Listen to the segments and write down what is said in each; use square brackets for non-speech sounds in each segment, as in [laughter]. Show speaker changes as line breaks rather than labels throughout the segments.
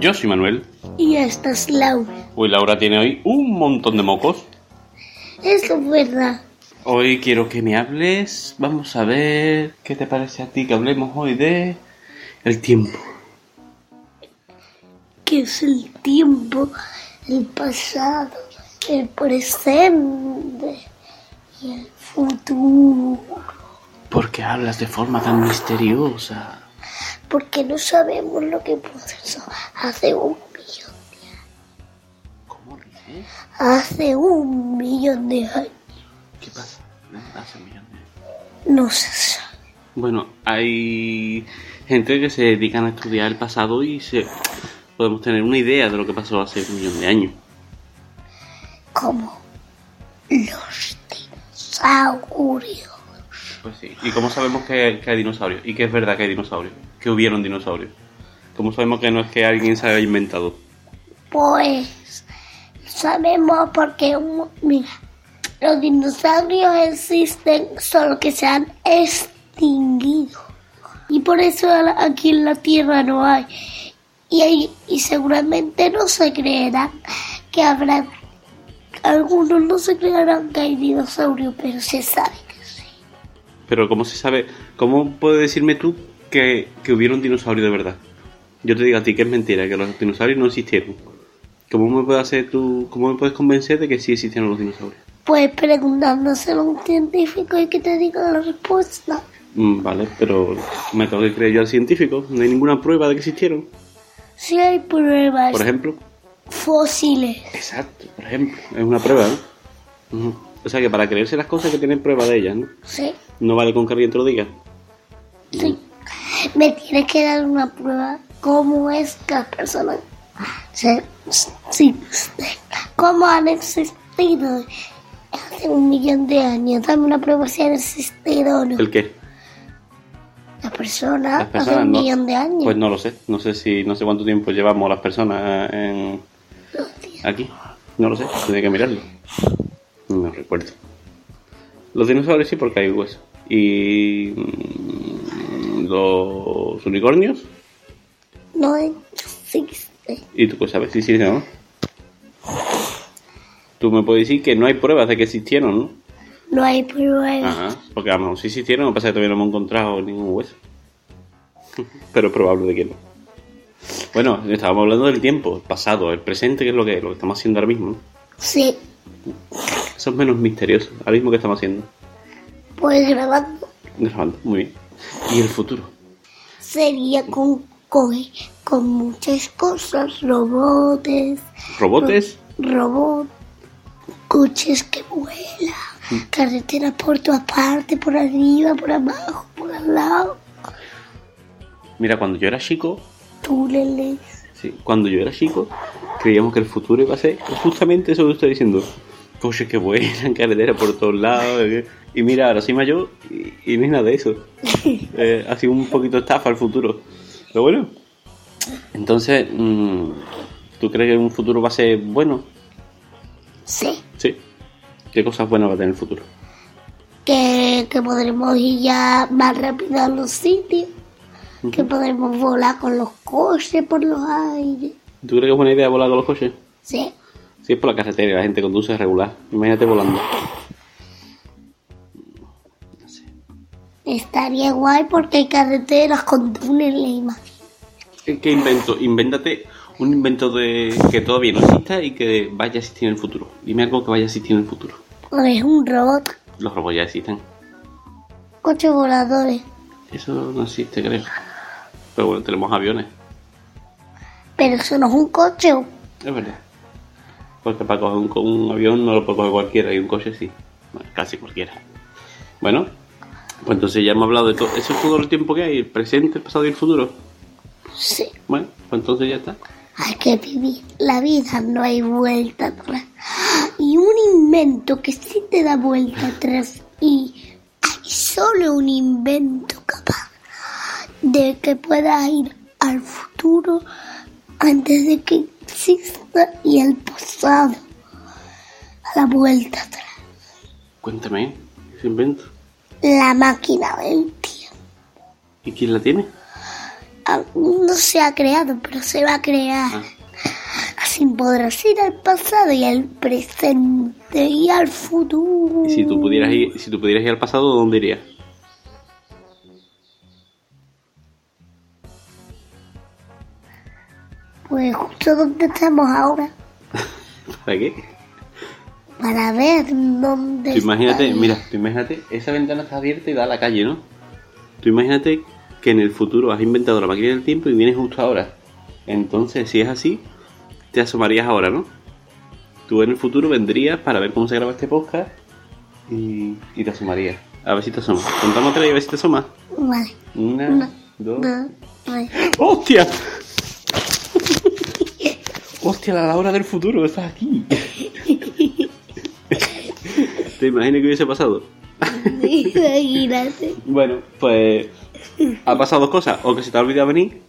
Yo soy Manuel.
Y esta es Laura.
Uy, Laura tiene hoy un montón de mocos.
Eso es verdad.
Hoy quiero que me hables. Vamos a ver qué te parece a ti que hablemos hoy de el tiempo.
Que es el tiempo, el pasado, el presente y el futuro.
¿Por qué hablas de forma tan misteriosa?
Porque no sabemos lo que pasó hace un millón,
¿Cómo dices?
hace un millón de años.
¿Qué pasa? Hace millones.
No se sabe.
Bueno, hay gente que se dedican a estudiar el pasado y se podemos tener una idea de lo que pasó hace un millón de años.
Como los dinosaurios.
Pues sí. ¿Y cómo sabemos que, que hay dinosaurios? ¿Y que es verdad que hay dinosaurios? Que hubieron dinosaurios. ¿Cómo sabemos que no es que alguien se haya inventado?
Pues sabemos porque, un- mira, los dinosaurios existen, solo que se han extinguido. Y por eso a- aquí en la Tierra no hay. Y, hay- y seguramente no se creerán que habrá, algunos no se creerán que hay dinosaurios, pero se sabe que sí.
Pero ¿cómo se sabe? ¿Cómo puedes decirme tú que, que hubieron dinosaurios de verdad? Yo te digo a ti que es mentira, que los dinosaurios no existieron. ¿Cómo me puedes hacer tú, cómo me puedes convencer de que sí existieron los dinosaurios?
Pues preguntándoselo a un científico y que te diga la respuesta.
Mm, vale, pero me tengo que creer yo al científico. No hay ninguna prueba de que existieron.
Si hay pruebas,
Por ejemplo.
fósiles.
Exacto, por ejemplo. Es una prueba, ¿no? Ujú. O sea que para creerse las cosas hay que tienen prueba de ellas, ¿no?
Sí,
No vale con que alguien te lo diga.
sí. Me tienes que dar una prueba. ¿Cómo es que las personas se- sí, cómo han existido hace un millón de años? Dame una prueba si han existido o no.
¿El qué?
Las personas,
Las personas
hace un
no-
millón de años.
Pues no lo sé. No sé si, no sé cuánto tiempo llevamos las personas eh, en, aquí. No lo sé. Tendría que mirarlo. No recuerdo. Los dinosaurios sí porque hay hueso. Y mm, los unicornios.
No existe.
Y tú pues sabes si sí, o no. Tú me puedes decir que no hay pruebas de que existieron, ¿no?
No hay pruebas.
Ajá, porque a lo mejor sí existieron, lo que pasa es que todavía no hemos encontrado ningún hueso. [laughs] Pero es probable de que no. Bueno, estábamos hablando del tiempo, el pasado, el presente, que es lo que, lo que estamos haciendo ahora mismo. ¿no?
Sí,
Eso es menos misterioso, ahora mismo que estamos haciendo.
pues grabando
Grabando, muy bien. Y el futuro.
sería con, con, con muchas cosas, robots.
Robotes,
robot, coches que vuelan, carreteras por todas partes, por arriba, por abajo, por al lado,
mira, cuando yo era chico,
túneles.
sí, cuando yo era chico, creíamos que el futuro iba a ser justamente eso que estoy diciendo. Coches que vuelan, carreteras por todos lados. eh, Y mira, ahora soy mayor y, y no es nada de eso. Eh, ha sido un poquito estafa el futuro. Pero bueno. Entonces, mm, ¿tú crees que un futuro va a ser bueno?
Sí,
Sí. ¿Qué cosas buenas va a tener el futuro?
que, que podremos ir ya más rápido a los sitios, que podremos volar con los coches por los aires.
¿Tú crees que es buena idea volar con los coches?
Sí,
Si es por la carretera y la gente conduce regular, imagínate volando.
estaría guay porque hay carreteras con túneles y más.
¿Qué, qué invento? Invéntate un invento de que todavía no exista y que vaya a existir en el futuro. Dime algo que vaya a existir en el futuro.
O es un robot,
Los robots ya existen.
coches voladores,
Eso no existe, creo. Pero bueno, tenemos aviones.
pero eso no es un coche.
Es verdad. Porque para coger un, co- un avión no lo puede coger cualquiera y un coche sí. Bueno, casi cualquiera. Bueno, pues entonces ya hemos hablado de todo. Eso es todo el tiempo que hay, el presente, el pasado y el futuro.
Sí.
Bueno, pues entonces ya está.
Hay que vivir la vida, no hay vuelta atrás. Y un invento que sí te da vuelta atrás y hay solo un invento capaz de que puedas ir al futuro antes de que exista y al pasado, a la vuelta atrás.
Cuéntame, ese invento.
La máquina del tiempo.
¿Y quién la tiene?
aún no se ha creado, pero se va a crear.
Ah.
Así podrás ir al pasado y al presente y al futuro.
Y si tú pudieras ir, si tú pudieras ir al pasado, ¿dónde irías?
Pues justo donde estamos ahora,
¿Para qué?
para ver dónde
Tú imagínate,
está.
mira, tú imagínate, esa ventana está abierta y da a la calle, ¿no? Tú imagínate que en el futuro has inventado la máquina del tiempo y vienes justo ahora. Entonces, si es así, te asomarías ahora, ¿no? Tú en el futuro vendrías para ver cómo se graba este podcast y, y te asomarías. A ver si te asomas. Contamos tres y a ver si te asomas.
Vale.
Una,
Una,
dos.
dos, tres.
¡Hostia! ¡Hostia, la Laura del futuro! ¡Estás aquí! ¿Te imaginas que hubiese pasado?
Imagínate.
Bueno, pues ha pasado dos cosas. O que se te ha olvidado venir,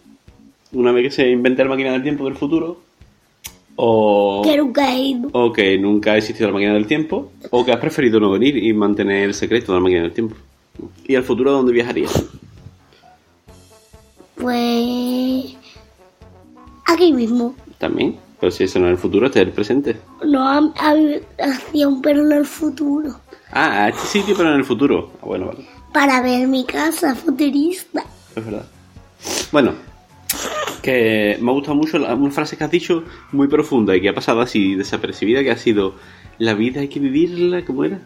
una vez que se invente la máquina del tiempo del futuro, o,
Que nunca he ido.
o que nunca ha existido la máquina del tiempo, o que has preferido no venir y mantener el secreto de la máquina del tiempo. ¿Y al futuro a dónde viajarías?
Pues. Aquí mismo.
También. Pero si eso no es el futuro, este es el presente.
No, a, a mí me hacía un perro en el futuro.
Ah, a este sitio, pero en el futuro. Ah, bueno, vale.
Para ver mi casa futurista.
Es verdad. Bueno, que me ha gustado mucho la, una frase que has dicho muy profunda y que ha pasado así desapercibida, que ha sido, la vida hay que vivirla, ¿cómo era?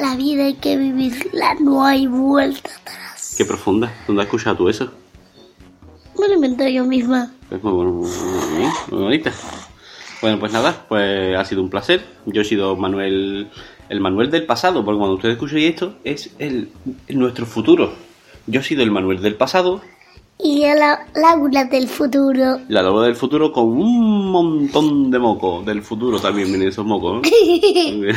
La vida hay que vivirla, no hay vuelta atrás.
Qué profunda. ¿Dónde has escuchado tú eso?
Me lo inventé yo misma.
Es muy, bueno, muy, bien, muy bonita. Bueno, pues nada, pues ha sido un placer. Yo he sido Manuel, el Manuel del pasado, porque cuando ustedes escuchan esto es el, nuestro futuro. Yo he sido el Manuel del pasado,
Y a la Laura del futuro.
la Laura del futuro con un montón de moco. Del futuro también vienen esos mocos. ¿no? Muy bien.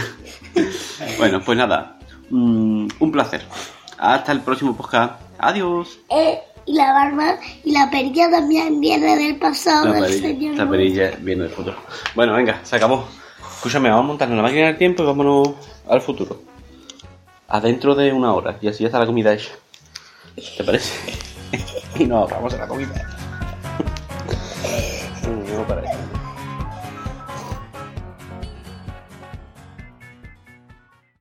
[laughs] bueno, pues nada, mm, un placer. Hasta el próximo podcast. Adiós.
Eh, y la barba y la perilla también viene del pasado
La
del
perilla,
señor.
la perilla viene del futuro. Bueno, venga, se acabó. Escúchame, vamos a montarnos en la máquina del tiempo y vámonos al futuro. Adentro [laughs] de una hora. Y así ya está la comida [laughs] hecha. ¿Te parece? y nos ahorramos en la comida.